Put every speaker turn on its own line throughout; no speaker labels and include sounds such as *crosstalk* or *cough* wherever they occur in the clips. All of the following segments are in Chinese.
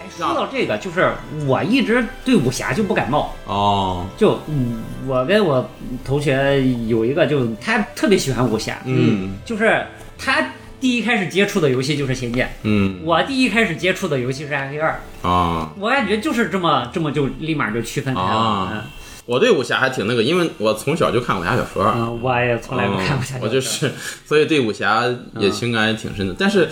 哎这个，就是我一直对武侠就不感冒。
哦，
就嗯，我跟我同学有一个就，他特别喜欢武侠，
嗯
就是他第一开始接触的游戏就是《仙剑》，
嗯
我第一开始接触的游戏是《暗黑二
啊》，，
我感觉就是这么这么就立马就区分开了。
啊我对武侠还挺那个，因为我从小就看武侠小说。
嗯，嗯我也从来不看武侠小
嗯
说。
我就是，所以对武侠也情感也挺深的。但是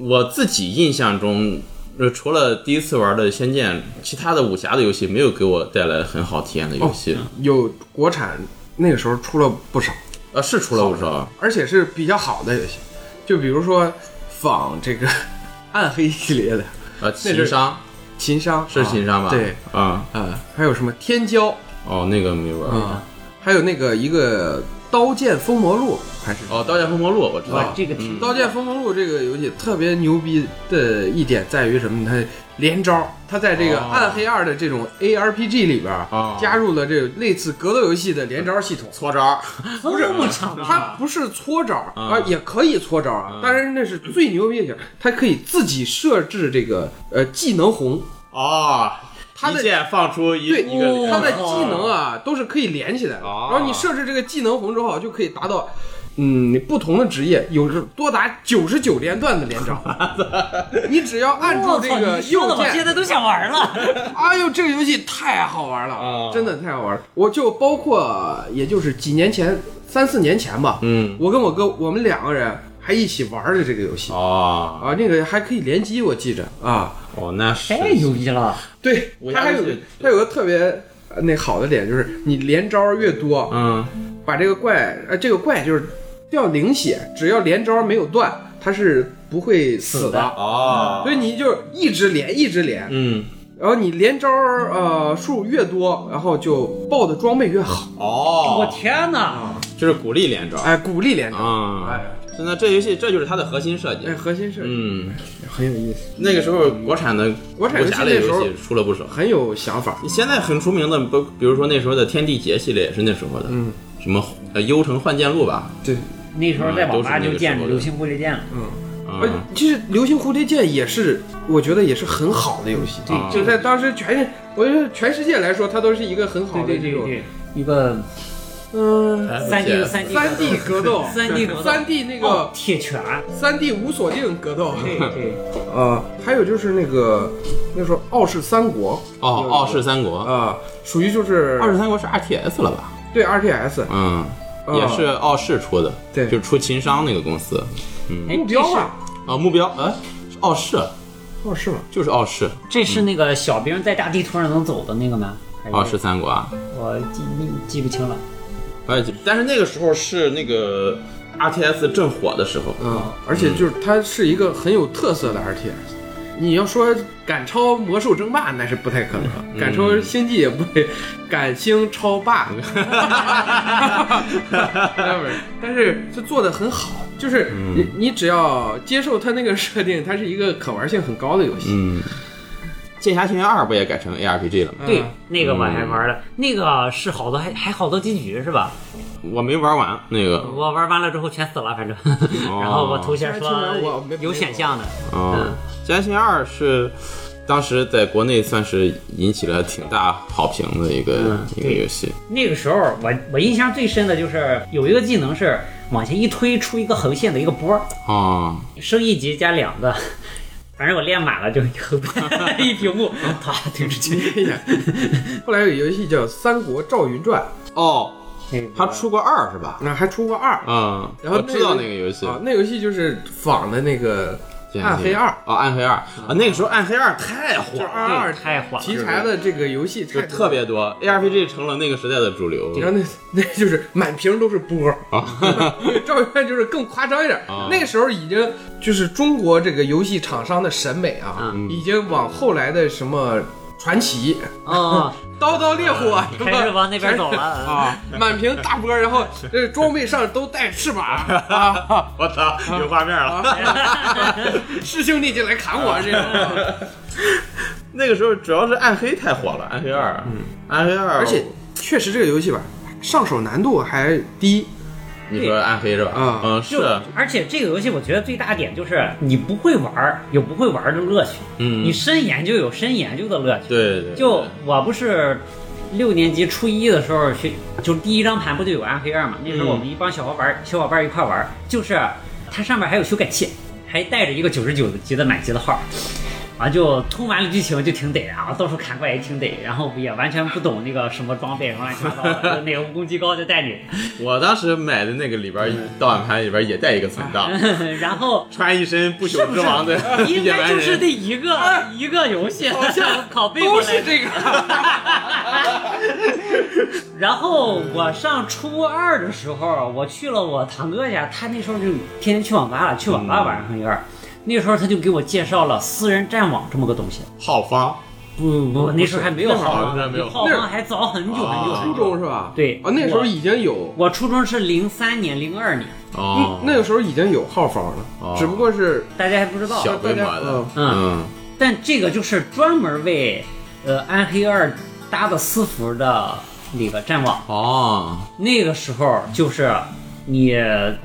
我自己印象中，呃除了第一次玩的《仙剑》，其他的武侠的游戏没有给我带来很好体验的游戏。
哦
有国产那个时候出了不少，
呃，是除了武少，
而且是比较好的游戏，就比如说仿这个 *laughs* 暗黑系列的
呃，
那
秦
是
啊
商
秦商，
是秦商吧？
啊对，
啊，
啊，还有什么天骄
哦，那个没玩
嗯
过。
啊，还有那个一个《刀剑封魔录》还是
哦，《刀剑封魔录》我知
我
道，
这个挺
《刀剑封魔录》这个游戏特别牛逼的一点在于什么？它连招，它在这个
哦
《暗黑二》的这种 ARPG 里边儿
哦
加入了这种类似格斗游戏的连招系统。
搓招儿。
这么长
它
吗？
不是搓招儿
啊
啊，也可以搓招儿啊，当然那是最牛逼的点儿，它可以自己设置这个呃技能红，
哦，
他的
一剑放出一
对
一个
哦
连
它
招
的技能啊都是可以连起来的。
哦
然后你设置这个技能红之后，就可以达到。嗯，不同的职业有着多达九十九连段的连
*laughs*
招，你只要按住
我
这
操！
个
你说的
右
我现
键，
在都想玩
*laughs*
了。
哎呦，这个游戏太好
啊
玩了，真的太好玩了。我就包括也就是几年前，三四年前吧，
嗯，
我跟我哥我们两个人还一起玩的这个游戏
哦
啊，那个还可以联机，我记着啊。
哦，那是
太牛逼了！
对
我，
它还有
家里是
它有个特别呃那好的点就是你连招越多，
嗯
把这个怪呃这个怪就是掉零血，只要连招没有断，它是不会死
死的
的。
哦
所以你就一直连，一直连，
嗯
然后你连招呃数越多，然后就爆的装备越好。
我
哦，
天哪！
就是鼓励连招
哎，鼓励连招，
啊
哎，
真的这游戏这就是它的核心设计
哎，。核心是
嗯，
很有意思，
那个时候国产的
嗯国产
武
游戏
侠类
那时
游
候
戏出了不少。
很有想法。
现在很出名的，不，比如说那时候的《天地劫》系列也是那时候的，
嗯，
什么呃《幽城幻剑录》吧，
对，
那时候在
嗯
网
都是那
吧
个
就见
时候
着
的
流星蝴蝶剑了，
呃
嗯，，
其实《流星蝴蝶剑》也是，我觉得也是很好的游戏。
对
啊
就在当时全，我觉得全世界来说，它都是一个很
对
好的
对
这
对
种，
对，一个
嗯，
三 D 三 D
三 D 格斗，
*laughs* 三 D 格斗
三 D 那
哦
个
铁拳，
三 D 无锁定格斗。
*laughs* 对对，
呃，还有就是那个那时候傲视三国
哦，傲视三国，
啊，属于就是
傲视三国是 RTS 了吧？
对 RTS
嗯，
啊
也是傲视出的，
对
就是出秦商那个公司
哎
目标啊，
啊。目标哎，是傲视
哦是吗？
就是傲视，
这是那个小兵在大地图上能走的那个吗？还
傲视三国啊。
嗯
我记记不清了。
我也记不但是那个时候是那个 RTS 正火的时候，
嗯，而且就是它是一个很有特色的 RTS。你要说赶超《魔兽争霸》，那是不太可能；赶超《星际》也不会，赶星超霸，那不是但是就做的很好，就是你你只要接受它那个设定，它是一个可玩性很高的游戏。
嗯，《剑侠情缘二》不也改成 ARPG
嗯
了吗？
对，那个我还玩了，那个是好多还还好多结局是吧？
我没玩完那个，
我玩完了之后全死了，反正。 *laughs* 然后我头衔
那基本上我
说
没
有选项的，
嗯，《剑侠情缘二》是当时在国内算是引起了挺大好评的一个、
嗯
一个游戏。
那个时候我我印象最深的就是有一个技能是往前一推出一个横线的一个波儿，
哦，
升一级加两个， *laughs* 反正我练满了就 *laughs* 一屏幕，啪推出去。
*laughs* 后来有游戏叫《三国赵云传
哦，
那 *laughs* 个
他出过二是吧》，？
那还出过二
嗯，
然后
我
那个
知道那个游戏
啊，那游戏就是仿的那个《
剑
暗
侠情
黑
缘
二》，
哦，暗黑二啊，那个时候暗黑二太火
就是
了，
二二
太火了
题材的这个游戏太
就
多了
特别多，ARPG 成了那个时代的主流。
然后那那就是满屏都是波
*laughs*
儿
啊，
赵云传就是更夸张一点儿
啊。
那个时候已经就是中国这个游戏厂商的审美啊，
嗯
已经往后来的什么传奇、
哦，
刀刀烈火
啊
什
开始
么
往那边走了。
啊，满屏大波儿，然后这装备上都带翅膀啊，
*laughs* 我操，有画面了。
啊
师兄弟就来砍我这
啊
种。
那个时候主要是暗黑太火了，暗黑二，嗯，暗黑二，
而且确实这个游戏吧，上手难度还低，
你说暗黑是吧？
啊
嗯，
就是
啊，
而且这个游戏我觉得最大点就是你不会玩儿有不会玩儿的乐趣，
嗯，
你深研究有深研究的乐趣。
对对对，
就我不是六年级初一的时候学，就第一张盘不就有暗黑二嘛？那时候我们一帮小伙伴儿、小伙伴儿一块玩儿，就是它上面还有修改器，还带着一个九十九级的满级的号。啊，就通完了剧情就挺得啊，到处砍怪也挺得，然后也完全不懂那个什么装备什么乱七八糟的，就哪个攻击高就带你，
我当时买的那个里边儿盗版盘里边儿也带一个存
*laughs*
档，
然后
穿一身不朽之王的 *laughs*
应
野
该
蛮
就是
人，
那一个、一个游戏，好像拷贝过
都
来
是这个，
*laughs* 然后我上初二的时候，我去了我堂哥家，他那时候就天天去网吧了，去网吧玩上
嗯
一段。那时候他就给我介绍了私人战网这么个东西。
浩方，
不不，那时候还没有
那会儿
号
好像
房，
没有
号
那会
房
儿
还早很久很久
啊
很
初
久。
中是吧？
对
啊，那时候已经有，
我初中是零三年、零二年，
哦，
嗯
那个时候已经有号房
哦
了，只不过是
大家还不知道。
小规模的，
嗯
嗯，
但这个就是专门为呃暗黑二搭的私服的那个战网。
哦，
那个时候就是你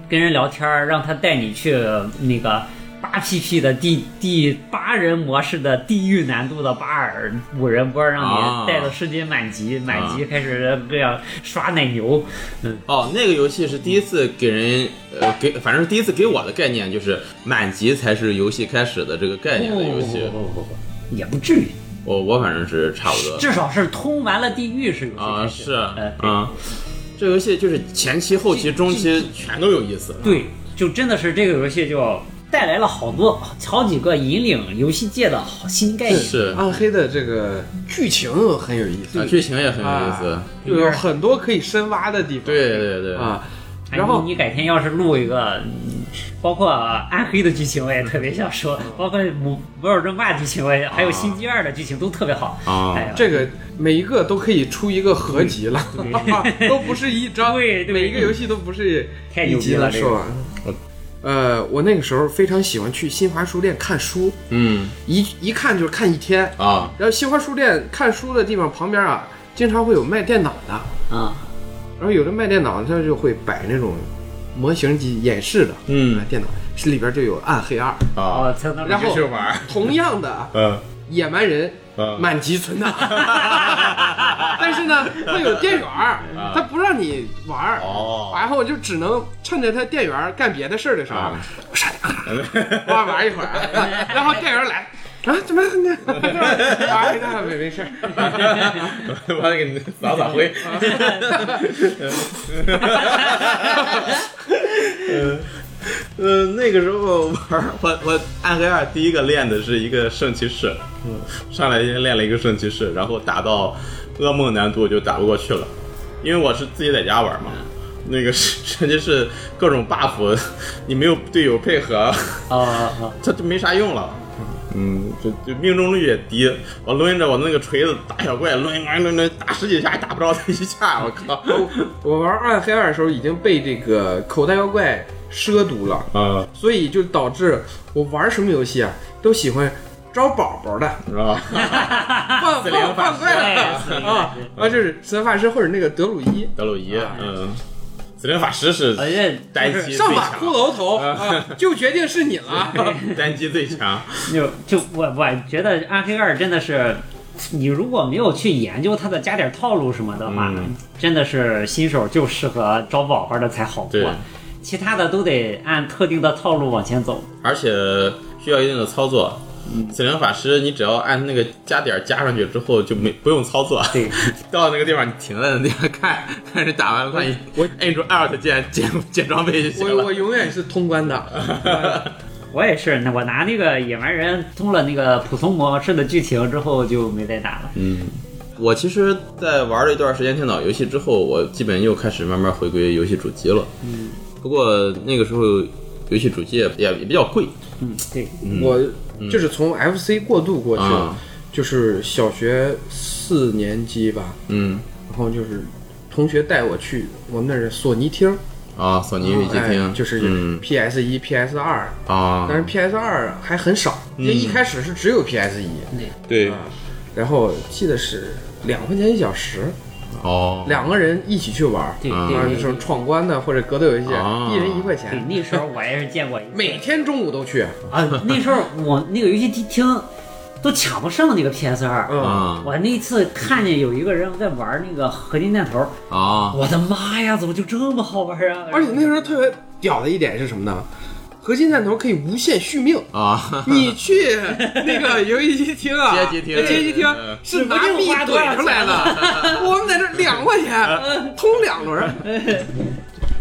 跟人聊天儿，让他带你去那个八 PP 的第第八人模式的地狱难度的巴尔五人波，让
啊
你带到世界满级，满级开始这样刷奶牛。嗯，
哦，那个游戏是第一次给人，呃，给，反正是第一次给我的概念就是满级才是游戏开始的这个概念的游戏。
哦不不不不，也不至于，
我我反正是差不多
至少是通完了地狱是游戏
啊，
开始
是
呃对
啊，这游戏就是前期、后期、中期全都有意思。
对，就真的是这个游戏就带来了好多好几个引领游戏界的好新概念。
是啊，
暗黑的这个剧情很有意思，
剧情也很有意思
啊。，就有很多可以深挖的地方。
对对对，
啊，
哎
然后
你你改天要是录一个，嗯包括暗黑的剧情，我也特别想说，
嗯
包括魔魔兽争霸剧情，我也还有星际二的剧情都特别好。
啊
哎呀，
啊这个每一个都可以出一个合集了， *laughs* 都不是一
嗯
张，
对对
每一个游戏都不是
太
一
牛逼
集
了
了，说完了
这个。
呃，我那个时候非常喜欢去新华书店看书，
嗯
一一看就是看一天。
啊，
然后新华书店看书的地方旁边啊，经常会有卖电脑的，
啊，
然后有的卖电脑他就会摆那种模型机演示的，
嗯
电脑是里边就有《暗黑二
哦，
啊，
才能
然后
你就去玩儿》，
同样的
嗯
野蛮人
嗯
满级存
*laughs*
档，但是呢，会有电源儿，他不让你玩儿，
啊哦
然后我就只能趁着他电源儿干别的事儿的时候，
啊
上去啊，
*laughs*
玩玩一会儿，然后电源儿来。啊，怎么呢？
*laughs*
啊，那没没事儿，
我还给你撒撒灰。嗯 *laughs* 呃，那个时候玩儿我我暗黑二第一个练的是一个圣骑士，嗯，上来先练了一个圣骑士，然后打到噩梦难度就打不过去了，因为我是自己在家玩嘛，那个是圣骑士各种 buff，你没有队友配合，
哦哦
它就没啥用了。嗯，就就命中率也低，我抡着我那个锤子打小怪，抡抡抡抡打十几下也打不着他一下，我靠！
我玩《暗黑二》的时候已经被这个口袋妖怪奢毒了，
*laughs* 啊，
所以就导致我玩什么游戏啊，都喜欢招宝宝的，
是吧？
放
啊四零
放
法
放
师
怪了
哎四零法
啊啊！就是死神法师或者那个德鲁伊，
德鲁伊，嗯，紫灵法师是
哦，而且
单机最
哎上马骷
强，
髅头
*laughs*
啊，就决定是你了。
单机最强。
就就我我觉得《暗黑二》真的是，你如果没有去研究它的加点套路什么的话，
嗯
真的是新手就适合找宝宝的才好过
对，
其他的都得按特定的套路往前走。
而且需要一定的操作。
嗯
紫灵法师，你只要按那个加点加上去之后，就没不用操作。
对，
到那个地方你停在那地方看，看人打完了，哎万一
我
摁住 Alt 键捡捡装备就行
我
了
我。永远是通关的，
我也是，那我拿那个野蛮人通了那个普通模式的剧情之后就没再打了。
嗯，我其实，在玩了一段时间电脑游戏之后，我基本又开始慢慢回归游戏主机了。嗯，不过那个时候游戏主机也也也比较贵
嗯，对，
我就是从 FC 过渡过去
嗯啊
了，。就是小学四年级吧，
嗯
然后就是同学带我去我们那儿索尼厅，
啊，索尼语机
哎
厅
就是
嗯
PS 一、PS 二，
啊
但，是 PS 二还很少，就一
嗯
开始是只有 PS 一，
对
然后记得是两块钱一小时，
哦，
两个人一起去玩儿，
对
啊
啊，
对哦嗯
这种闯关的或者格斗游戏，
啊
一人一块
对，
钱，
那时候我也是见过一次
每天中午都去，
啊，那时候我那个游戏机厅都抢不上那个 PS 二。
嗯，
啊
我那一次看见有一个人在玩那个合金弹头，
啊，
我的妈呀，怎么就这么好玩啊？
而且那时候特别屌的一点是什么呢？合金弹头可以无限续命。
啊，
*laughs* 你去那个游戏机厅啊，
街机厅
街机厅
嗯
是拿币怼出来的。 *laughs* 我们在这两块钱通两轮儿，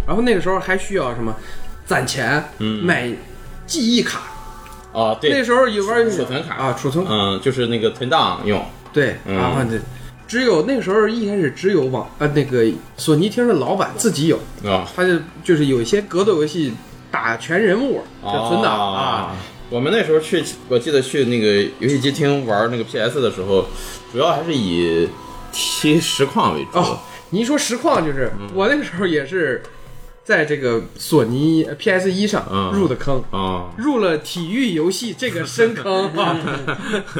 然后那个时候还需要什么攒钱买记忆卡，
啊，
那
嗯对，
时候有玩
储存卡
啊，储存卡
嗯，就是那个存档用，
对，
嗯
然后这只有那个时候一开始只有网呃那个索尼厅的老板自己有，
啊，
他就就是有一些格斗游戏打全人物这存档啊，
啊。我们那时候去，我记得去那个游戏机厅玩那个 PS 的时候，主要还是以踢实况为主。
哦，你一说实况就是、
嗯
我那个时候也是在这个索尼 PS 一上
嗯
入的坑。
啊
入了体育游戏这个
*laughs*
深坑 *laughs* 啊，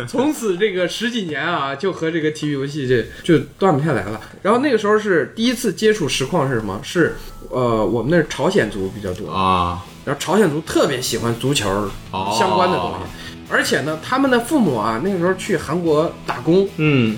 从此这个十几年啊，就和这个体育游戏这就断不下来了。然后那个时候是第一次接触实况是什么？是呃，我们那儿朝鲜族比较多，
啊
然后朝鲜族特别喜欢足球
哦
相关的东西，而且呢，他们的父母啊，那个时候去韩国打工
嗯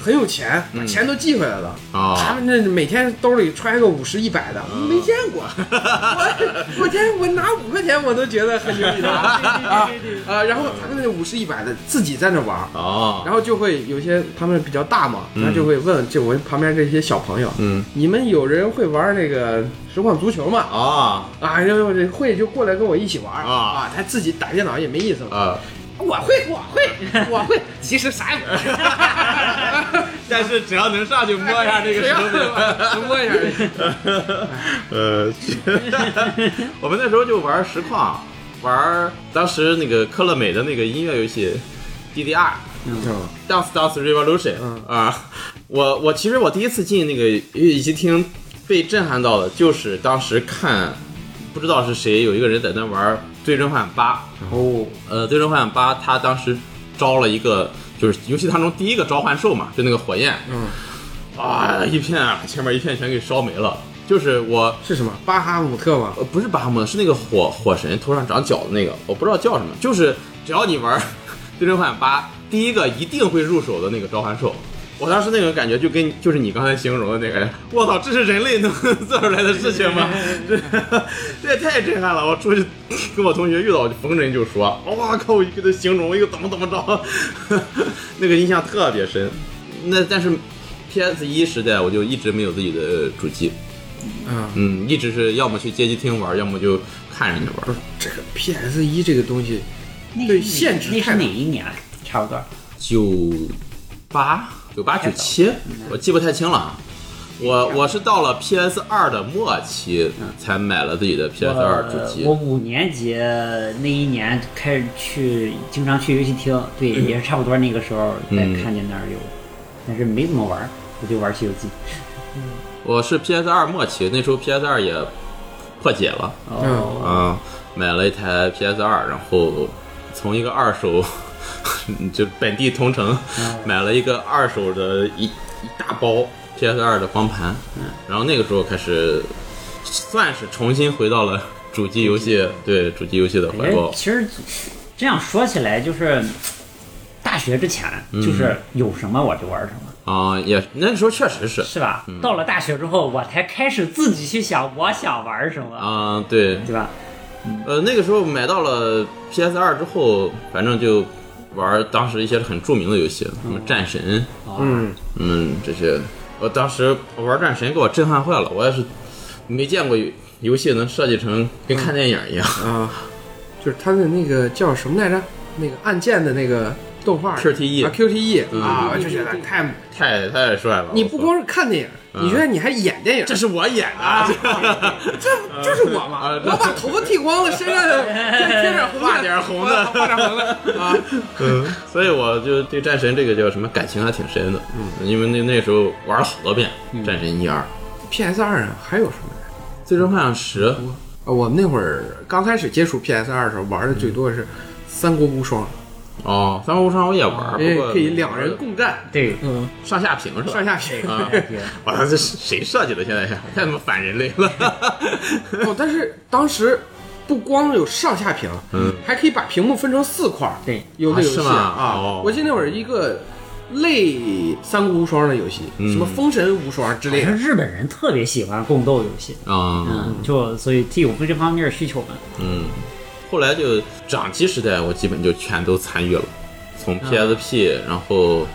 很有钱，把钱都寄回来了。他
啊
们这每天兜里揣个五十一百的，没见
*laughs*
过。我我这我拿五块钱我都觉得很牛
*laughs*
逼了啊啊！然后他们那五十一百的自己在那玩儿，
啊
然后就会有些他们比较大嘛，他就会问就我旁边这些小朋友，
嗯
你们有人会玩那个实况足球吗？
啊
啊，然后这会就过来跟我一起玩儿
啊
啊，他自己打电脑也没意思嘛。
啊！
我会，我会，我会，其实啥也不会。
*laughs* *laughs* 但是只要能上去摸一下这个
谁
手
要
柄，
直播一下？
*laughs* 呃，我们那时候就玩实况，玩当时那个科乐美的那个音乐游戏 DDR。Dance 嗯 Dance Revolution、
嗯
啊，我我其实我第一次进那个游戏机厅被震撼到的，就是当时看不知道是谁有一个人在那玩《最终幻想八
哦，》，
呃，《最终幻想八》他当时招了一个就是游戏当中第一个召唤兽嘛，就那个火焰
嗯，
啊，一片啊前面一片全给烧没了，就是我。
是什么？巴哈姆特吗？
呃，不是巴哈姆特，是那个火火神头上长角的那个，我不知道叫什么。就是只要你玩《 *laughs* 最终幻想八》，第一个一定会入手的那个召唤兽。我当时那种感觉就跟就是你刚才形容的那个，我操，这是人类能 *laughs* 做出来的事情吗？这 *laughs* 这也太震撼了！我出去跟我同学遇到，我就逢人就说，哇靠，我就给他形容一个怎么怎么着， *laughs* 那个印象特别深。那但是 PS 一时代我就一直没有自己的主机，
啊，
嗯，一直是要么去街机厅玩，要么就看人家
不
玩。
是这个 PS 一这个东西，
那
对
是哪
限制
那是
太大
哪一年？啊差不多。
九八九八九七，我记不太清了。啊我我是到了 PS 二的末期才买了自己的 PS 二主机
我。我五年级那一年开始去，经常去游戏厅，对，也是差不多那个时候在
嗯
看见那儿有，但是没怎么玩儿，我就玩《西游记》。
我是 PS 二末期，那时候 PS 二也破解了，
哦，
嗯，买了一台 PS 二，然后从一个二手 *laughs* 就本地同城买了一个二手的一一大包 PS 二的光盘，嗯然后那个时候开始算是重新回到了主机哎游戏对主机游戏的怀
感觉
抱。
哎其实这样说起来，就是大学之前
嗯
就是有什么我就玩什么，
啊、也那时候确实是，
是吧？到了大学之后，我才开始自己去想我想玩什么，
啊、对，
对吧？
呃，那个时候买到了 PS 二之后，反正就玩当时一些很著名的游戏，什么战神，
嗯，
嗯，这些，我当时玩战神给我震撼坏了，我也是没见过游游戏能设计成跟看电影一样。
啊，就是他的那个叫什么来着？那个按键的那个动画
QTE
啊，QTE
嗯
啊，我就觉得太，
太太帅了！
你不光是看电影，你觉得你还演电影，
嗯这是我演的啊，
这就是我嘛，
啊
我把头发剃光了，
*laughs*
身上贴点红的，
画点红的
画点红的啊，
嗯所以我就对战神这个叫什么感情还挺深的，嗯，因为那那时候玩了好多遍
嗯
战神一二，
PS 二啊，还有什么呀？
最终幻想十
嗯啊，我们那会儿刚开始接触 PS 二的时候，玩的最多的是《三国无双》
哦，三国无双我也玩，不
因为
过
哎
呃
可以两人共战，
对，
嗯，
上下屏是吧？
上下谁？ *laughs*
啊，我操，这是谁设计的？现在是太他妈反人类了！
*laughs* 哦，但是当时不光有上下屏，
嗯，
还可以把屏幕分成四块儿。
对，
有的游戏
啊是吗
啊
哦，
我记得那会儿一个类三国无双的游戏，
嗯
什么封神无双之类
哎
的，
日本人特别喜欢共斗游戏，
啊，
嗯，就所以这有这方面需求嘛。
嗯，后来就掌机时代，我基本就全都参与了，从
嗯
PSP，然后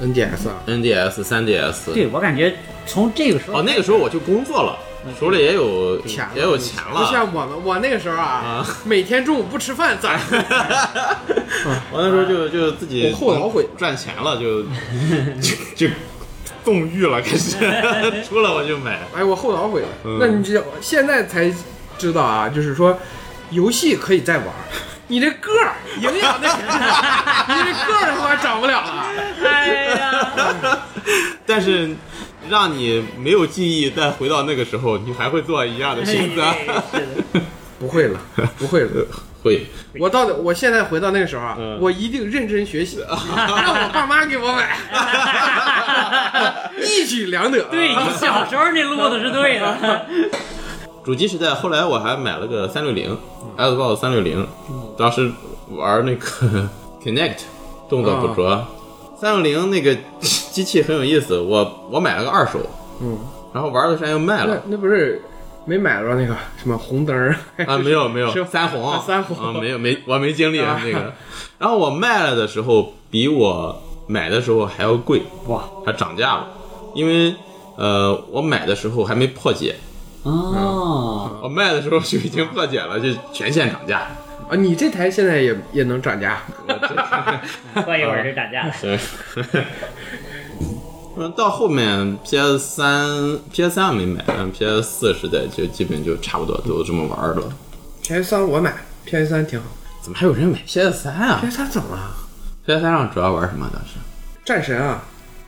NDS 啊，
NDS、3DS。
对我感觉从这个时候
哦，那个时候我就工作了，手里也有
钱了
也有钱
不
了。
像我们，我那个时候啊
啊，
每天中午不吃饭，
*laughs*
咋？
我那时候就就自己
嗯我后来悔
赚钱了，就就就 *laughs* 纵欲了，开始 *laughs* 出了我就买。 *laughs*
哎，我后脑悔了。
嗯
那你这现在才知道啊，就是说，游戏可以再玩，
*laughs*
你这个儿营养的，你这个儿他妈长不了了。
哎呀， *laughs*
但是让你没有记忆，但回到那个时候，你还会做一样的
*laughs*
选择。
哎不会了，不会了。
*laughs* 会，
我到底，我现在回到那个时候啊，
嗯
我一定认真学
*laughs*
习，让我爸妈给我买，一举两得。啊
对你小时候那路子是对的，
主机时代，后来我还买了个三六零，Xbox
嗯
三六零， *laughs* 当时玩那个 Connect 动作捕
啊
捉，三六零那个机器很有意思，我我买了个二手，
嗯，
然后玩的时间又卖
那
了。
那不是没买着那个什么红灯儿？
*laughs* 啊，没有没有
是，
三红
啊三红
啊，没有没我没经历
啊
那个，然后我卖了的时候比我买的时候还要贵，
*laughs* 哇，
它涨价了，因为呃我买的时候还没破解，
哦，
我卖的时候就已经破解了，就全线涨价。
啊，你这台现在也也能涨价？
过一会儿就涨价了。
*laughs* 对。嗯，到后面 PS 三 PS 三没买，但 PS 四时代就基本就差不多都这么玩儿了。
PS 三我买，PS 三挺好。
怎么还有人买 PS 三啊
PS 三怎么了？
？PS 三上主要玩什么？当时？
战神啊，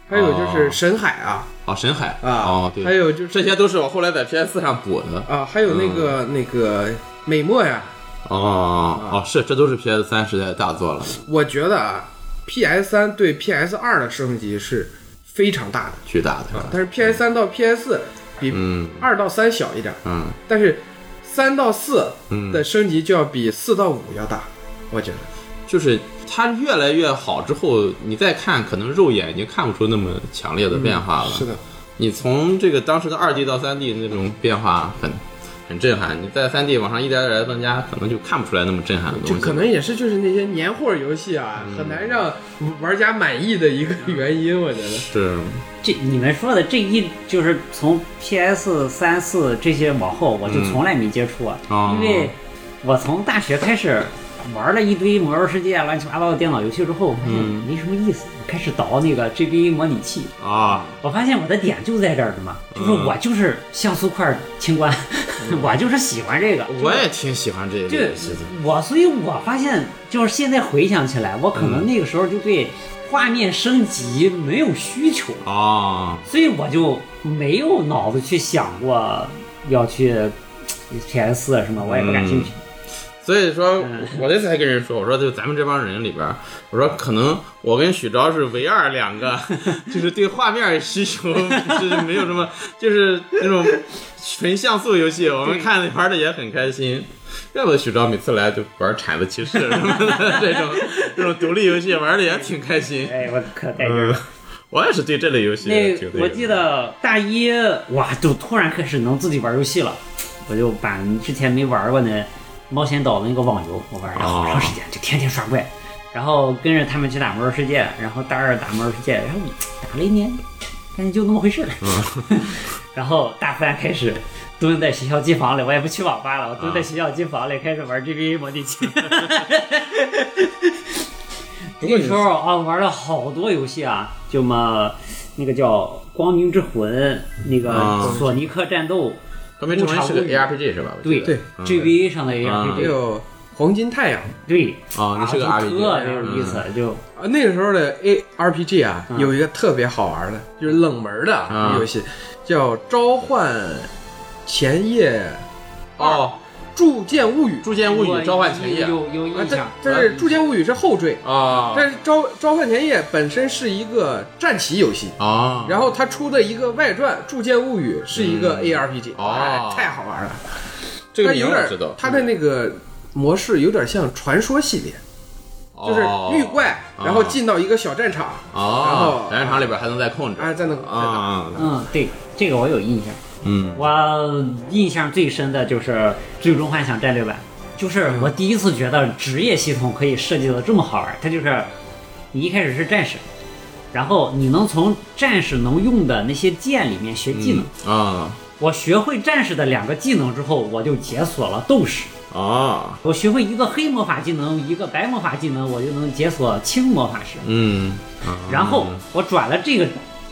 还有就是神海啊、
哦，神海
啊，
哦对，
还有就是
这些都是我后来在 PS 四上补的。
啊，还有那个、
嗯
那个美墨呀，
哦哦，是，这都是 PS 三时代的大作了，
我觉得啊，PS 三对 PS 二的升级是非常大的，
巨大的。
但是 PS 三到 PS 四比
嗯
二到三小一点，
嗯
但是三到四
嗯，
的升级就要比四到五要大，我觉得。
就是它越来越好之后，你再看，可能肉眼已经看不出那么强烈的变化了。
嗯是的，
你从这个当时的二 D 到三 D 那种变化很很震撼，你在三 D 往上一点点来增加，可能就看不出来那么震撼的东西
这
了。
可能也是就是那些年货游戏啊，很难让玩家满意的一个
嗯
原因，我觉得。
是
这你们说的这一就是从 PS 三四这些往后，我就从来没接触过，
哦
因为我从大学开始玩了一堆《魔兽世界》乱七八糟的电脑游戏之后，我发现没什么意思，我开始倒那个 GB 模拟器，
啊，
我发现我的点就在这儿呢嘛，就是
嗯
我就是像素块清关， *laughs* 我就是喜欢这个，
我也挺喜欢这一类
对
游戏的。，
我所以我发现，就是现在回想起来，我可能那个时候就对画面升级没有需求，
啊，
所以我就没有脑子去想过要去 PS 四啊什么，我也不感兴趣。
嗯所以说，我那次还跟人说，我说就咱们这帮人里边儿，我说可能我跟许昭是唯二两个，就是对画面需求 *laughs* 就是没有什么，就是那种纯像素游戏，我们看玩的也很开心。怪不得许昭每次来就玩铲子骑士什么的这种这种独立游戏，玩的也挺开心。
哎，我可带劲儿
嗯
了。，
我也是对这类游戏
那
挺
个
对
我记得大一哇，就突然开始能自己玩游戏了，我就把之前没玩过的冒险岛的那个网游，我玩了好长时间，就天天刷怪，然后跟着他们去打魔兽世界，然后大二打魔兽世界，然后打了一年，感觉就那么回事儿。嗯 *laughs* 然后大三开始蹲在学校机房里，我也不去网吧了，我蹲在学校机房里开始玩 GBA 模拟 *laughs* 器。那时候啊，玩了好多游戏啊，就嘛那个叫《光明之魂》，那个
啊
《索尼克战斗》
光明之魂是个
无常
ARPG 是吧？我
对
记得
对
嗯
GBA 上的 ARPG，、
还有黄金太阳。
对
哦啊那是个
啊就
RPG
特别有意思，就
啊，那个时候的 A R P G 啊，有一个特别好玩的，就是冷门的啊
嗯
游戏，叫《召唤前夜》。
哦，
铸剑物语
《铸剑物语》《召唤前夜》
有有有
啊
印，
这
象，
这是《铸剑物语》是后缀，
啊
但是《召召唤前夜》本身是一个战棋游戏，
啊，
然后它出的一个外传《铸剑物语》是一个
嗯
ARPG，
哦
哎太好玩了。
这个
但
名儿
有
我
点
知道，
它的那个模式有点像传说系列，
哦
就是遇怪，
啊
然后进到一个小战场，
嗯
然
哦
后，
燃场里边还能再控制
哎，在那个
啊，
嗯，对，这个我有印象。
嗯
我印象最深的就是《最终幻想战略版》，就是
嗯
我第一次觉得职业系统可以设计的这么好玩。它就是你一开始是战士，然后你能从战士能用的那些剑里面学技能。
啊
我学会战士的两个技能之后，我就解锁了斗士。
啊，
我学会一个黑魔法技能，一个白魔法技能，我就能解锁青魔法师。
嗯，
然后我转了这个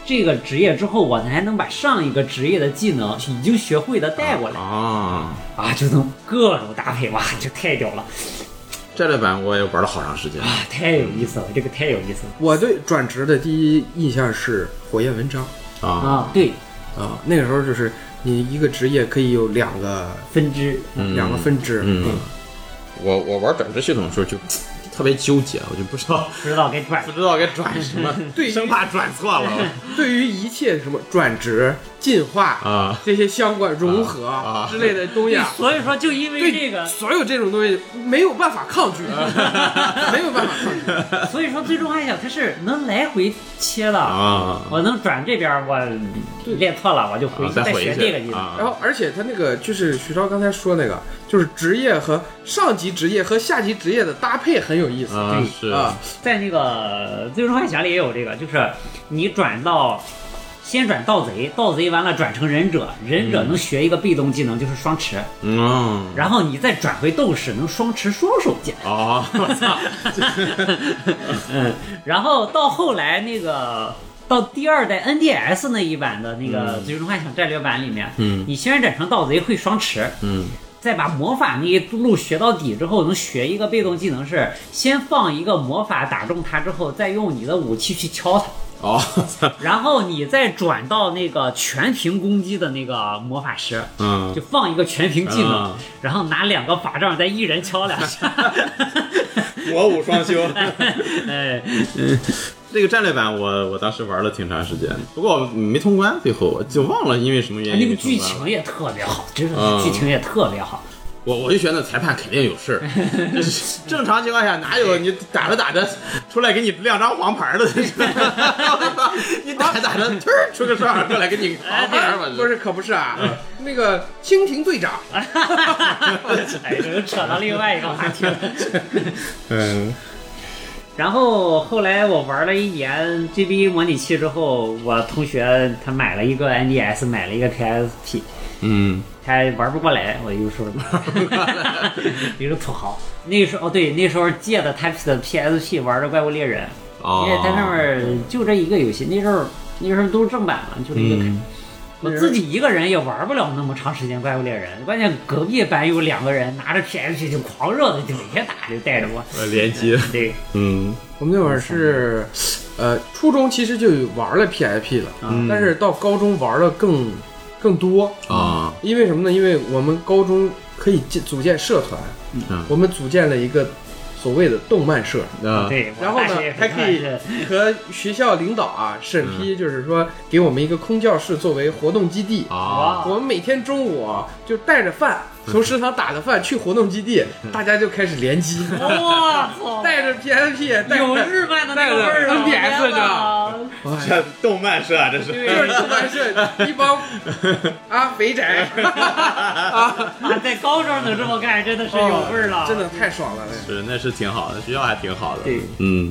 这个职业之后，我才能把上一个职业的技能已经学会的带过来。
啊，
啊，就能各种搭配，哇，这太屌了
战略版我也玩了好长时间，
啊，太有意思了，这个太有意思了
我对转职的第一印象是火焰文章
啊，
啊！对，
啊，那个时候就是你一个职业可以有两个
分支
嗯
两个分支，
嗯我我玩转职系统的时候就特别纠结，我就不知道
不知道该转
不，知道该转什么，
*laughs* 对于
生怕转错
*laughs*
了
对于一切什么转职、进化、
啊。
这些相关融合
啊啊
之类的东西啊，
所以说就因为
对
这个，
所有这种东西没有办法抗拒，
*laughs*
没有办法抗拒。
所以说最终幻想它是能来回切的。
啊，
我能转这边儿，我练错了，我就回
啊
去
再回
学
去
这个技能。
啊，
然后，而且他那个就是徐超刚才说那个，就是职业和上级职业和下级职业的搭配很有意思
啊
对
是
啊
在那个最终幻想里也有这个，就是你转到。先转盗贼，盗贼完了转成忍者，忍者能学一个被动技能，就是双持，
嗯
然后你再转回斗士，能双持双手剑。
哦，我操，
嗯，然后到后来那个到第二代 NDS 那一版的那个《最终幻想战略版》里面，
嗯
你先转成盗贼会双持，
嗯
再把魔法那一路学到底之后，能学一个被动技能是先放一个魔法打中他之后，再用你的武器去敲他。
哦，我操，
然后你再转到那个全屏攻击的那个魔法师，
嗯
就放一个全屏技能，
啊
然后拿两个法杖再一人敲两
*laughs*
下。
我武双
*laughs*
修。
哎，
这个战略版我我当时玩了挺长时间，不过我没通关，最后我就忘了因为什么原因
啊那个
没通
剧
关了。
情也特别好，真是
嗯
剧情也特别好。
我我就觉得裁判肯定有事
*laughs*
儿，就是正常情况下哪有你打着打着出来给你亮张黄牌的？ *laughs* 你打着打着突儿出个双过来给你
哎
黄牌儿吧？
不是，可不是啊，那个蜻蜓队长，
嗯
哎，这又扯到另外一个话题了。
嗯
*laughs* 然后后来我玩了一年 GB 模拟器之后，我同学他买了一个 NDS，买了一个 PSP，
嗯
他玩不过来，我又说， *laughs* 一个土豪。那时候哦对，那时候借的 Type 的 PSP 玩的《怪物猎人》，
哦
啊
因为它上面就这一个游戏，那时候那时候都是正版嘛，就这一个。
嗯
我自己一个人也玩不了那么长时间《怪物猎人》，关键隔壁班有两个人拿着 PSP 就狂热的就每天打，就带着我。
呃联机
对，
啊
嗯
我们那会儿是，呃，初中其实就玩了 PIP 了，
嗯
但是到高中玩的更更多，
啊
因为什么呢？因为我们高中可以建组建社团，
嗯
我们组建了一个所谓的动漫社，
啊
对，我
然后呢
大学也 *laughs* 是
还可以
看是
和学校领导啊审批，就是说给我们一个空教室作为活动基地。
啊
哇 *laughs*
我们每天中午啊就带着饭，从食堂打个饭去活动基地，大家就开始联机，
哇操，
带着 PSP，带
哦有
着
日漫的那个味儿啊
NDS
天哪啊
呢哎
这动漫社啊这
就是
是
动漫社一帮啊
*laughs*
肥宅啊，
啊，在高中能这么干，真的是有味儿了，
哦真的太爽了。那
是那是挺好的，学校还挺好的。
对，
嗯，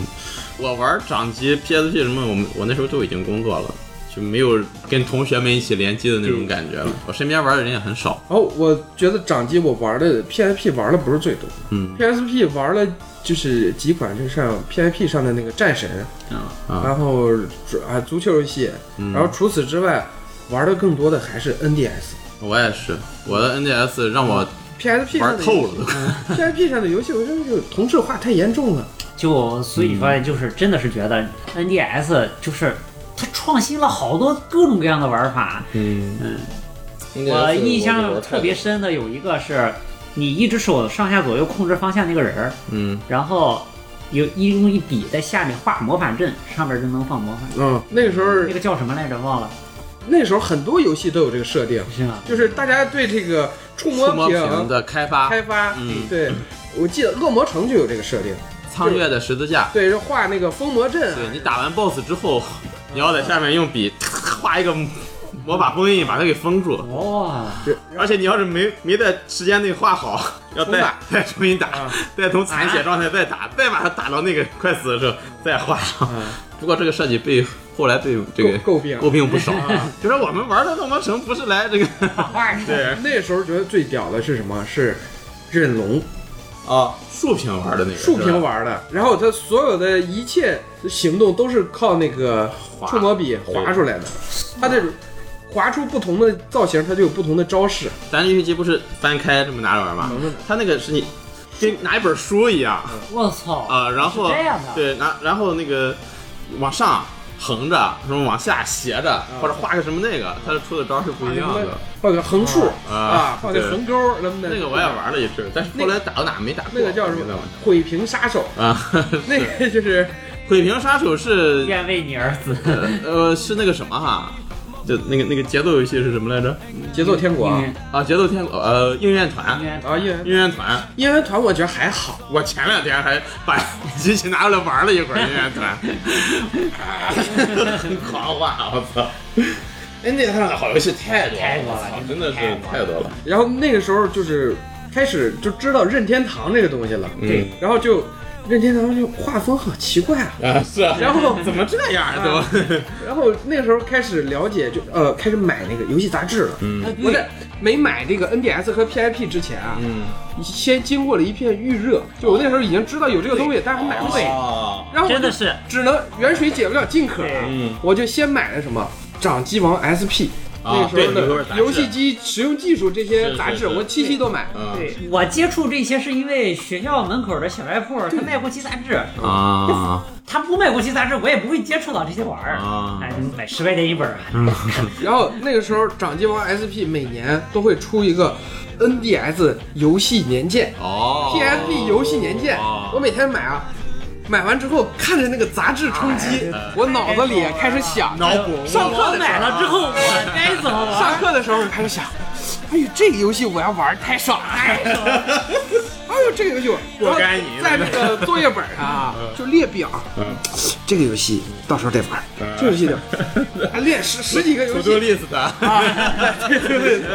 我玩掌机 PSP 什么，我们我那时候都已经工作了。就没有跟同学们一起联机的那种感觉了。我身边玩的人也很少。
哦，我觉得掌机我玩的 PSP 玩的不是最多
嗯
，PSP 玩了就是几款，就像 PSP 上的那个战神，
啊
然后啊足球游戏，
嗯
然后除此之外玩的更多的还是 NDS。
我也是，我的 NDS 让我
PSP 上
玩
的
透了都。
PSP 上的游戏， *laughs* 我真的就同质化太严重了。
就
嗯
所以说，就是真的是觉得 NDS 就是它创新了好多各种各样的玩法。
嗯，
*laughs* 我印象特别深的有一个是你一只手上下左右控制方向那个人儿，
嗯，
然后有一用一笔在下面画魔法阵，上面就能放魔法。
嗯，那个时候
那个叫什么来着？忘了，
那时候很多游戏都有这个设定，
是吗？
就是大家对这个触摸
触摸屏的开发，
开发，
嗯
对我记得恶魔城就有这个设定，
苍月的十字架，
对，是画那个封魔阵啊，
对你打完 BOSS 之后， *laughs* 你要在下面用笔 *laughs* 画一个魔法封印，把它给封住。
哇、
而且你要是没没在时间内画好，要
重
再
打
再重新打
啊，
再从残血状态再打，再把它打到那个快死的时候再画上。
嗯
不过这个设计被后来被这个
诟诟病
诟病不
嗯
少，就说我们玩的恶魔城不是来这个
画画的。
对
那时候觉得最屌的是什么？是忍龙
*laughs* 啊竖屏玩的那个
竖
是吧
屏玩的，然后它所有的一切行动都是靠那个
滑
触摸笔
对
划出来的，它这划出不同的造型，它就有不同的招式。
咱这游戏机不是翻开这么拿着玩吗？
嗯
它那个是你跟拿一本书一样
我操！
啊，然后
是这样的
对，拿然后那个往上横着，什么往下斜着，
嗯
或者画个什么那个，它出的招是不一
啊
样的。
画个横竖
啊
啊，画
对
个横钩什么的。
那个我也。玩了一阵，但是后来打到哪没打过。
那个叫什
没
么
再玩？
毁屏杀手，
啊，
那个就是
毁屏杀手是
*laughs* 愿为你而死。 *laughs*
呃是那个什么哈，就那个那个节奏游戏是什么来着？
节奏天国啊
嗯
啊，节奏天国呃应援团，
应该
啊，因为
应援团。
因为团我觉得还好，
我前两天还把 *laughs* 机器拿出来玩了一会儿，应援团，很狂妄，我操！哎，那台上的好游戏太多了，
太多了
我操
真的
真的是
太多了
太多了。
然后那个时候就是开始就知道任天堂这个东西了，
嗯
对
然后就任天堂就画风好奇怪啊，
嗯啊，是啊。
然后
怎
*laughs*
么这样啊？都
然后那个时候开始了解就呃开始买那个游戏杂志了，
啊
嗯我
对
在没买这个 NDS 和 PIP 之前啊，
嗯，
先经过了一片预热，就我那时候已经知道有这个东西，但是买不起，
哦，
然后我
真
就
的是
只能远水解不了近渴啊
对
嗯，
我就先买了什么掌机王 SP。那
啊
个时
对
候
有本杂
的
志
游戏机使用技术这
是
些
是
杂志，
是
我七夕都买。
嗯
对我接触这些是因为学校门口的小卖铺，他卖过期杂志，
啊，
他不卖过期杂志，我也不会接触到这些玩意儿。
啊
哎，买十块钱一本儿，
嗯然后那个时候，掌机王 SP 每年都会出一个 NDS 游戏年鉴、
哦
PSP 游戏年鉴
哦，
我每天买啊。买完之后，看着那个杂志冲击，我脑子里开始想，
哎脑补
上课
我
的时
买
候，啊
了之后我该怎么玩？
上课的时候我开始想，哎呦，这个游戏我要玩，太
*laughs*
爽了！哎呦，这个游戏我
若干瘾
在那个作业本
*laughs*
上啊，
嗯
就列表，这个游戏到时候得玩，这个游戏得
*laughs*
玩，还列十十几个游
To do
戏，
list
*laughs*
的，
对对对，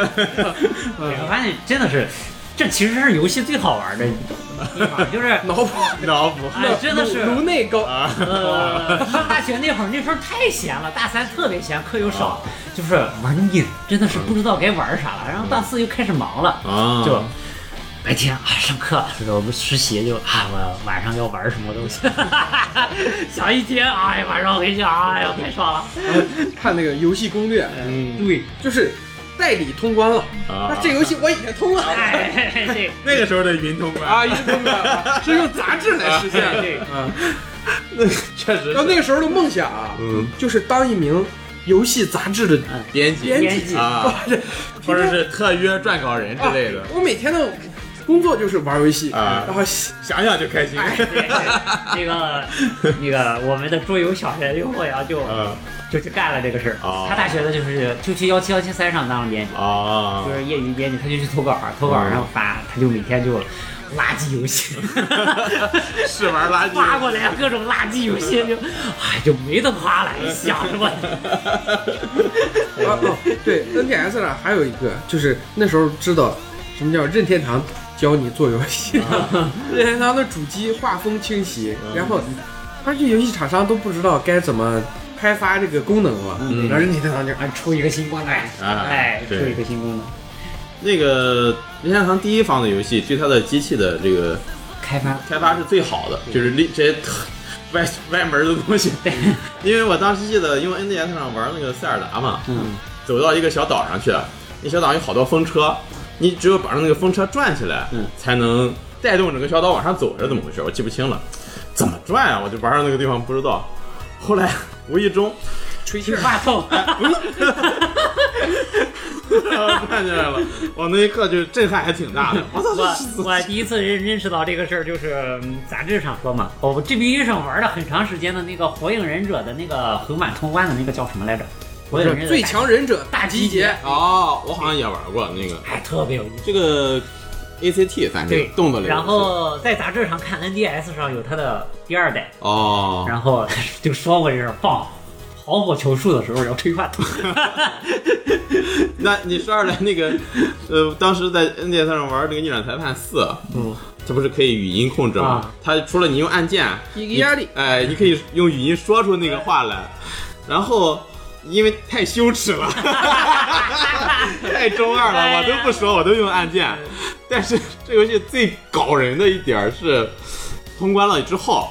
我发现真的是，这其实是游戏最好玩的地方，就是。
脑补。
脑补
哎，真的是，
颅内高，
啊，
呃，上大学那会儿，那时候太闲了，大三特别闲，课又少，就是玩腻了，真的是不知道该玩啥了。然后大四又开始忙了，
啊
就白天啊上课，我们实习就啊我晚上要玩什么东 *laughs* 西，想一天，哎晚上回去，哎呀太爽了。
看那个游戏攻略，
嗯
对，
就是代理通关了，
啊
那这游戏我已经通了
哎 *laughs* 对
那个时候的云通关
啊，已经通关了，是用杂志来实现
啊
的。
对
嗯
那确实
然后
是
那个时候的梦想啊，
嗯
就是当一名游戏杂志的
编辑
编
编
辑
辑
*laughs*
啊，或者是特约撰稿人之
啊
类的，
我每天的工作就是玩游戏
啊
然后洗
想想就开心。
哎
对，那个那个我们的桌游小学后呀就
嗯
就去干了这个事儿
哦。
他大学的就是就去幺七幺七三上当了编辑。
啊 *laughs*
就是业余编辑，他就去投稿，投稿
嗯
然后发，他就每天就垃圾游戏，
是玩垃
*laughs*
圾
发过来啊各种垃圾游戏，就哎就没得夸了，你想什
*laughs*
么？
啊哦，
哎
对 NDS 上还有一个，就是那时候知道什么叫任天堂教你做游戏，
啊
啊
*laughs*
任天堂的主机画风清晰，
嗯
然后而且游戏厂商都不知道该怎么开发这个功能了，
嗯
然后任天堂就
啊，出一个新功能，
啊
哎，出
对
一个新功能，
那个任天堂第一方的游戏，对它的机器的这个
开发
开发是最好的，就是这些歪歪门的东西。因为我当时记得用 NDS 上玩那个塞尔达嘛，
嗯，
走到一个小岛上去，那小岛有好多风车，你只有把那个风车转起来，
嗯
才能带动整个小岛往上走，是怎么回事？我记不清了，怎么转啊？我就玩到那个地方不知道， *laughs* 后来无意中
*laughs*
吹气
是话筒，
看见了，哇，那一刻就是震撼还挺大的。 *laughs* 我操，这
我我第一次认认识到这个事儿，就是嗯杂志上说嘛，我 GBA 上玩了很长时间的那个《火影忍者》的那个横版通关的那个叫什么来着？火影忍者
最强忍者大集结，
哦，我好像也玩过那个
哎，特别有意思。
这个 ACT，反正
对，
动作类游戏。
然后在杂志上看 NDS 上有它的第二代，
哦，
然后 *laughs* 就说过这事儿，棒，好火球术的时候要推换它。
*laughs* 那你说二来那个，呃，当时在 NDS 上玩那个《逆转裁判四》，啊
嗯，
它不是可以语音控制吗
啊？
它除了你用按键，
一个
你
压力，
哎，你可以用语音说出那个话来，然后。因为太羞耻了， *laughs* 太中二
哎
了，
呀
我都不说，我都用按
哎
键。但是 *laughs* 这游戏最搞人的一点儿是，通关了之后，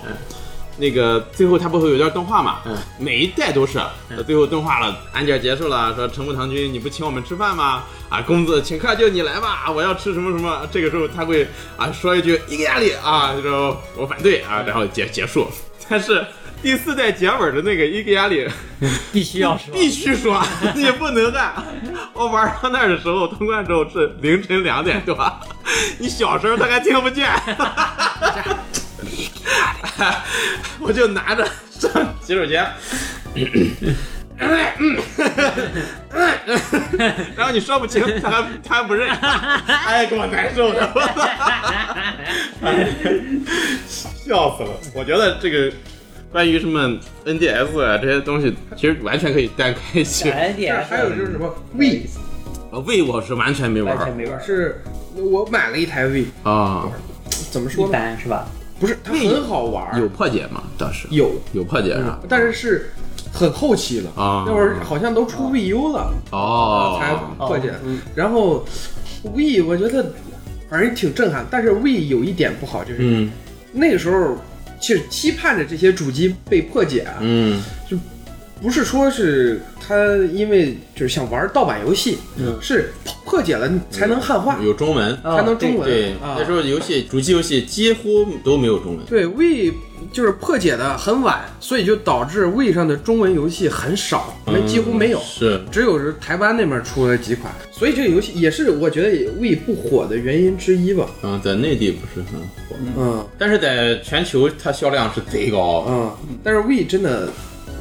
那个最后它不会有一段动画嘛？
嗯
每一代都是
嗯，
最后动画了，按键结束了，说陈木堂君你不请我们吃饭吗？啊，公子请客就你来吧，我要吃什么什么。这个时候他会啊说一句一个压力啊，就说我反对啊，然后结结束。但是第四代结尾的那个伊格压力
*laughs*
*laughs*
必须要说，
必须说， *laughs* 你不能按。我玩到那儿的时候，通关之后是凌晨两点多，你小声他还听不见。我就拿着上洗手间，然后你说不清，他还他还不认，哎，给我难受的，笑死了。我觉得这个关于什么 NDS 啊这些东西，其实完全可以单开一期。
这
NDS
还有就是什么
嗯
V
呃魏我是完全没玩
完全
儿
没玩儿，
是。我买了一台 V，
啊，
怎么
一
说呢？
般是吧？
不是，它
V
很好玩儿，
有破解吗？当时
有嗯
有破解啊？
但是是很后期了
啊
那会儿好像都出 VU 了，
哦，
才破解
哦嗯。
然后 V 我觉得反正挺震撼，但是 V 有一点不好，就是
嗯
那个时候其实期盼着这些主机被破解啊，
嗯
不是说是他因为就是想玩盗版游戏，
嗯
是破解了才能汉化，
有中文。
啊
才能中文。
嗯哦对，
啊
那时候游戏主机游戏几乎都没有中文。
对 V 就是破解的很晚，所以就导致 V 上的中文游戏很少，没几乎没有。
嗯是
只有是台湾那边出了几款，所以这个游戏也是我觉得 We 不火的原因之一吧。
嗯，在内地不是很火，
嗯
但是在全球它销量是贼高。
嗯，但是 We 真的，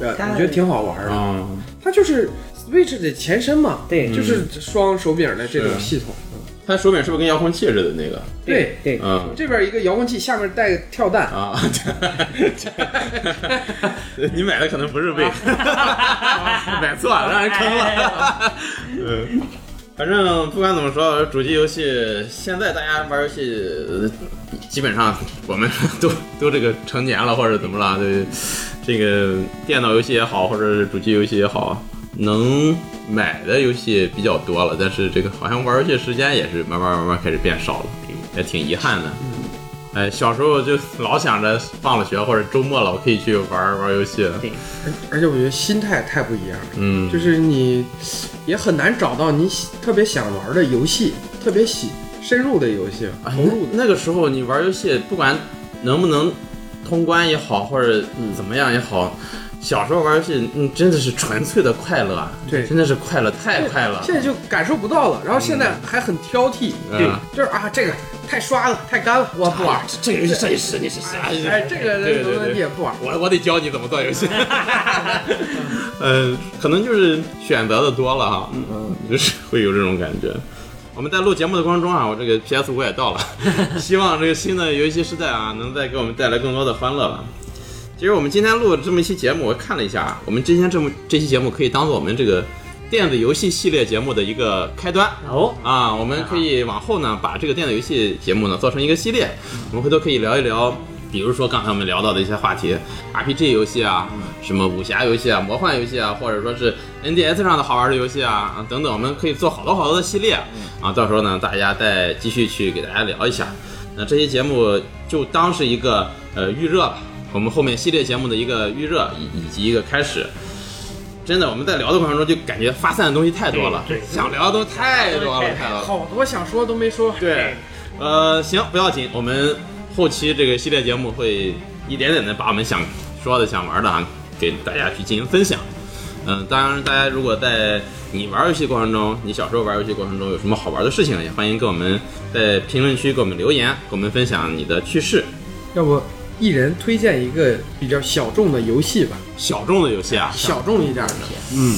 呃，
它
我觉得挺好玩的。
嗯，
它就是 Switch 的前身嘛，
对
就是双手柄的这种
是
系统。嗯
它手柄是不是跟遥控器似的那个？
对，
对，
嗯
这边一个遥控器，下面带个跳蛋，
啊，
*laughs*
对 *laughs* 你买的可能不是胃， *laughs* 买错了，让人坑了。 *laughs* 嗯，反正不管怎么说，主机游戏现在大家玩游戏，呃基本上我们都都这个成年了或者怎么了，对，这个电脑游戏也好，或者是主机游戏也好。能买的游戏比较多了，但是这个好像玩游戏时间也是慢慢慢慢开始变少了，也挺遗憾的。哎，小时候就老想着放了学或者周末了，我可以去玩玩游戏。
对
而且我觉得心态太不一样了，
嗯，
就是你也很难找到你喜特别想玩的游戏，特别喜深入的游戏，
哎
投入的。
那个时候你玩游戏，不管能不能通关也好，或者怎么样也好，小时候玩游戏，嗯，真的是纯粹的快乐啊，
对
真的是快乐，太快乐。
现在就感受不到了，然后现在还很挑剔，
嗯
对，就是啊，这个太刷了，太干了，我不玩。
这个游戏设计师你是啥？
哎，这
*laughs*
个
对
人
对对
你也不玩。
我我得教你怎么做游戏。 *laughs* 呃，可能就是选择的多了哈，嗯就是会有这种感觉。我们在录节目的过程中啊，我这个 PS 五也到了，希望这个新的游戏时代啊，能再给我们带来更多的欢乐吧。其实我们今天录这么一期节目，我看了一下啊，我们今天这么这期节目可以当做我们这个电子游戏系列节目的一个开端。
哦，
啊，我们可以往后呢，把这个电子游戏节目呢做成一个系列，
嗯
我们回头可以聊一聊，比如说刚才我们聊到的一些话题，RPG 游戏啊，什么武侠游戏啊、魔幻游戏啊，或者说是 NDS 上的好玩的游戏啊啊等等，我们可以做好多好多的系列
嗯
啊，到时候呢，大家再继续去给大家聊一下。那这期节目就当是一个呃预热吧，我们后面系列节目的一个预热以以及一个开始。真的，我们在聊的过程中就感觉发散的东西太多了，
对对
想聊的东西太多了，太多了。
好多想说都没说。
对，呃，行，不要紧，我们后期这个系列节目会一点点的把我们想说的、想玩的啊，给大家去进行分享。嗯，当然，大家如果在你玩游戏过程中，你小时候玩游戏过程中有什么好玩的事情，也欢迎给我们在评论区给我们留言，给我们分享你的趣事。
要不一人推荐一个比较小众的游戏吧，
小众的游戏啊，
*laughs* 小众一点的。
嗯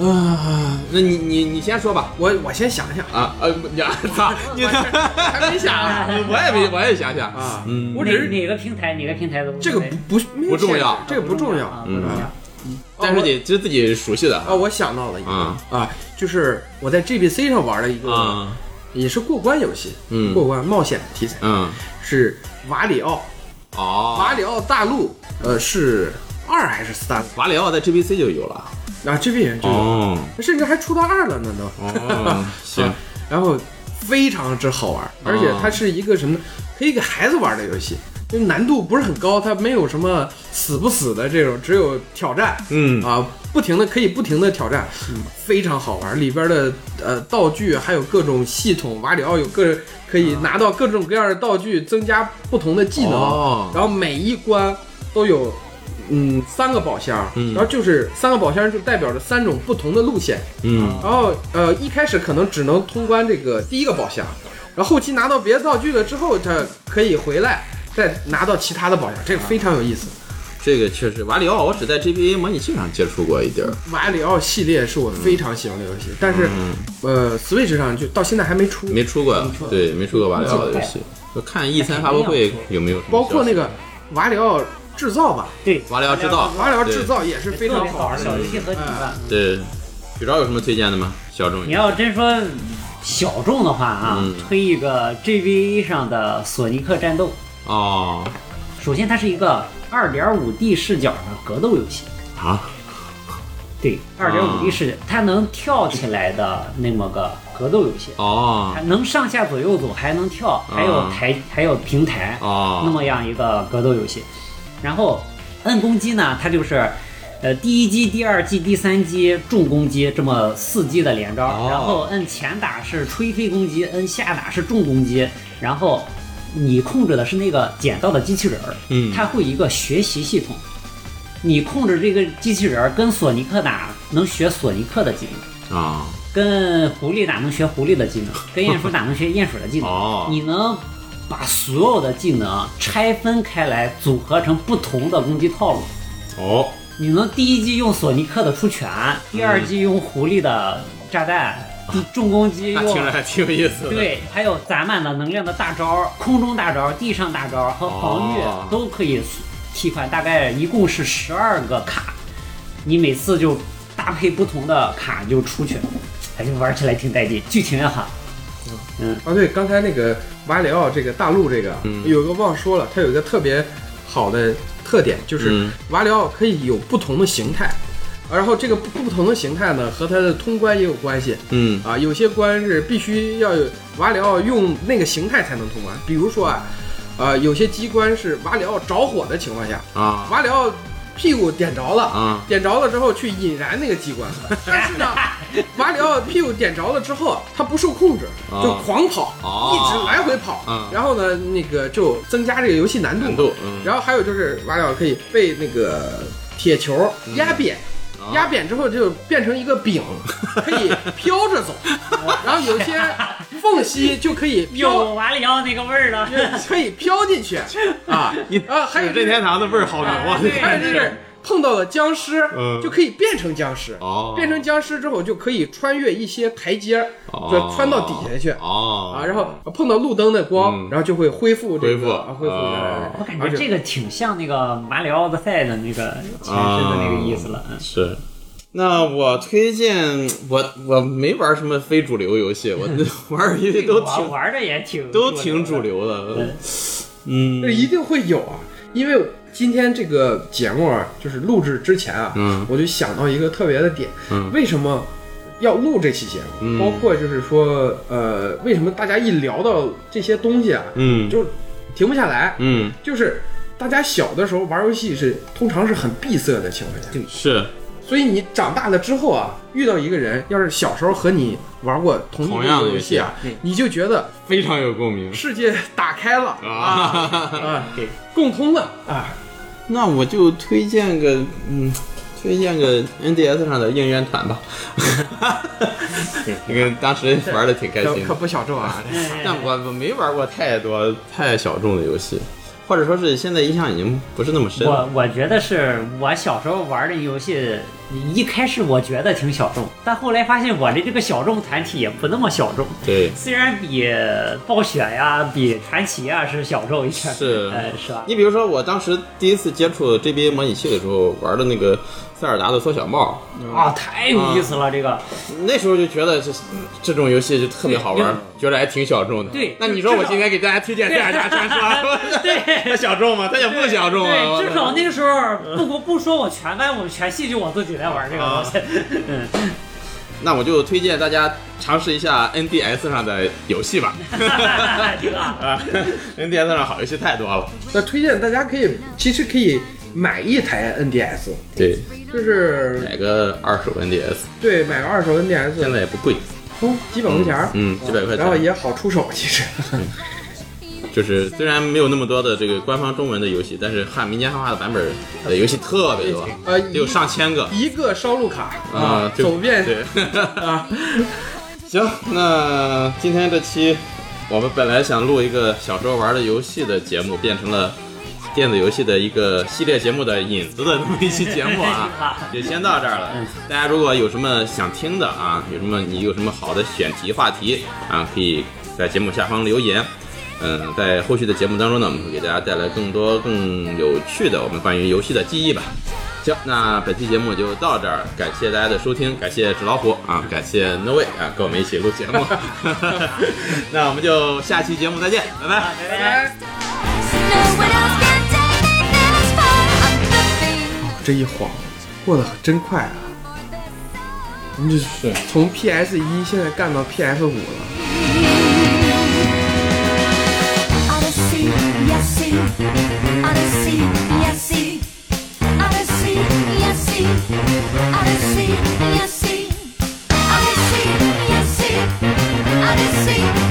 啊，那你你你先说吧。
我我先想想，
啊呃，你啊操， *laughs* 你
还没想 *laughs* 呢
啊我也没，我也想想
啊
嗯，
我只
哪
是
哪个平台哪个平台都无
这
所
个
谓
不不没有
不重
限制
要
这个不重要
啊
嗯
不重要。
但是得这是自己熟悉的
啊！我想到了一个
啊
啊，就是我在 GBC 上玩了一个，
啊，
也是过关游戏，
嗯
过关冒险题材
嗯，
是瓦里奥，
哦，
瓦里奥大陆，呃是二还是三
瓦里啊奥在 GBC 就有了。
啊？GB 人就有，
哦
甚至还出到二了呢都。
哦，行
啊，然后非常之好玩，而且它是一个什么呢？可以给孩子玩的游戏，就是难度不是很高，它没有什么死不死的这种，只有挑战
嗯
啊，不停的可以不停的挑战，非常好玩。里边的呃道具还有各种系统，瓦里奥有各可以拿到各种各样的道具，增加不同的技能，
哦
然后每一关都有。嗯，三个宝箱，
嗯
然后就是三个宝箱就代表着三种不同的路线，
嗯
然后呃，一开始可能只能通关这个第一个宝箱，然后后期拿到别的道具了之后，它可以回来再拿到其他的宝箱，这个非常有意思。
这个确实，瓦里奥我只在 GBA 模拟器上接触过一点儿。
瓦里奥系列是我非常喜欢的游戏，但是、呃，Switch 上就到现在还没出，
没出过，对，没出过瓦里奥的游戏。就看 E 3发布会有没有什么消息，
包括那个瓦里奥制造吧，
对，
瓦里奥制造
瓦里奥制造也是非
特
常
别
好
好玩
玩
的
的。
小游戏合体吧。
对，宇昭有什么推荐的吗？小众
你要真说小众的话啊，
嗯
推一个 GBA 上的《索尼克战斗》。
哦
首先，它是一个 2.5D 视角的格斗游戏。
啊
对，2 5
啊
D 视角，它能跳起来的那么个格斗游戏，
哦
还能上下左右走，还能跳，还有
啊
台，还有平台，
啊
那
哦
么样一个格斗游戏。然后摁攻击呢，它就是。呃，第一击、第二击、第三击重攻击这么四击的连招，
哦
然后摁前打是吹飞攻击，摁下打是重攻击，然后你控制的是那个捡到的机器人儿，
嗯
它会有一个学习系统，你控制这个机器人儿跟索尼克打能学索尼克的技能，
啊
跟狐狸打能学狐狸的技能，
*laughs*
跟鼹鼠打能学鼹鼠的技能，
哦
你能把所有的技能拆分开来，组合成不同的攻击套路。
哦
你能第一季用索尼克的出拳，
嗯
第二季用狐狸的炸弹，
啊
第重攻击
那
用
听着还挺有意思的。
对，还有攒满了能量的大招、空中大招、地上大招和防御
哦
都可以替换，大概一共是十二个卡，你每次就搭配不同的卡就出去，哎，就玩起来挺带劲，剧情也好。
啊，对，刚才那个瓦里奥这个大陆这个，啊
嗯
有个忘说了，它有一个特别好的特点，就是
嗯
瓦里奥可以有不同的形态，然后这个不不同的形态呢，和它的通关也有关系
嗯
啊。有些关是必须要有瓦里奥用那个形态才能通关，比如说啊，呃，有些机关是瓦里奥着火的情况下，
啊
瓦里奥屁股点着了。
啊
点着了之后去引燃那个机关，但是呢，马里奥屁股点着了之后，他不受控制，
啊
就狂跑，
哦
一直来回跑。
嗯
然后呢，那个就增加这个游戏难度。
难度嗯
然后还有就是马里奥可以被那个铁球压扁。
嗯啊
压扁之后就变成一个
*laughs*
饼，可以飘着走，然后有些缝隙就可以飘，
有瓦里奥那个味儿了，
可以飘进去啊啊！还有
任天堂的味儿好浓啊！
对
还有就是碰到了僵尸，
嗯
就可以变成僵尸。
哦，
变成僵尸之后，就可以穿越一些台阶儿，就穿到底下去
哦
啊。然后碰到路灯的光，
嗯
然后就会恢复这
恢复
个啊恢复原来
哦。
我感觉
而且
这个挺像那个马里奥的赛的那个前身的那个意思
啊
了。嗯
是。那我推荐我我没玩什么非主流游戏， *laughs* 我玩游戏都
我
挺
玩的也挺
都挺主
流的。
流的
对。
嗯
这一定会有啊，因为今天这个节目啊，就是录制之前啊，
嗯
我就想到一个特别的点，为什么要录这期节目？
嗯
包括就是说，呃，为什么大家一聊到这些东西啊，
嗯
就停不下来？
嗯
就是大家小的时候玩游戏是通常是很闭塞的情况下，
是
所以你长大了之后啊，遇到一个人，要是小时候和你玩过同一
同样的
游戏啊，
嗯
你就觉得
非常有共鸣
世界打开了
嗯
啊
*laughs* 啊。
啊，
对，
共通了啊，
那我就推荐个嗯，推荐个 NDS 上的应援团吧， *laughs* 因为当时玩的挺开
可
心嗯的。
可不小众啊！这
嗯
但我我没玩过太多太小众的游戏，或者说是现在印象已经不是那么深了。
嗯我我觉得是我小时候玩的游戏，一开始我觉得挺小众，但后来发现我的这个小众团体也不那么小众。
对，
虽然比暴雪呀、比传奇呀是小众一些，
是
呃，是吧？
你比如说，我当时第一次接触 GBA 模拟器的时候，玩的那个塞尔达的缩小帽，
啊，太有意思了，这
啊
个。
那时候就觉得这这种游戏就特别好玩，觉得还挺小众的。
对
那你说我今天给大家推荐《塞尔达传说》
对
*laughs* 它小众吗？它也不小众啊！我
对，至少那个时候，不不不说我全班，我们全系就我自己在玩这个东西。
啊
*laughs* 嗯，
那我就推荐大家尝试一下 NDS 上的游戏吧。 *laughs*
*laughs* 挺好。，
啊，NDS 上好游戏太多了。
那推荐大家可以，其实可以买一台 NDS，
对，
就是
买个二手 NDS，
对买个二手 NDS，
现在也不贵，
充几百块钱儿，
嗯，几百块
然后
钱。嗯
也好出手，其实。
就是虽然没有那么多的这个官方中文的游戏，但是汉民间汉化的版本的游戏特别多，
呃，
得有上千个。
一个烧录卡
啊，就
走遍
对
*laughs* 啊，
行，那今天这期我们本来想录一个小时候玩的游戏的节目，变成了电子游戏的一个系列节目的引子的这么一期节目
*laughs* 哎
啊就先到这儿了。大家如果有什么想听的啊，有什么你有什么好的选题话题啊，可以在节目下方留言。嗯，在后续的节目当中呢，我们会给大家带来更多更有趣的我们关于游戏的记忆吧。行，那本期节目就到这儿，感谢大家的收听，感谢纸老虎啊，感谢 No Way 啊，跟我们一起录节目。 *laughs* 那我们就下期节目再见，拜拜。
拜
拜
拜。
拜。这一晃过得真快啊！我们就是从 PS 一现在干到 PS 五了。
Odyssey, yes, see.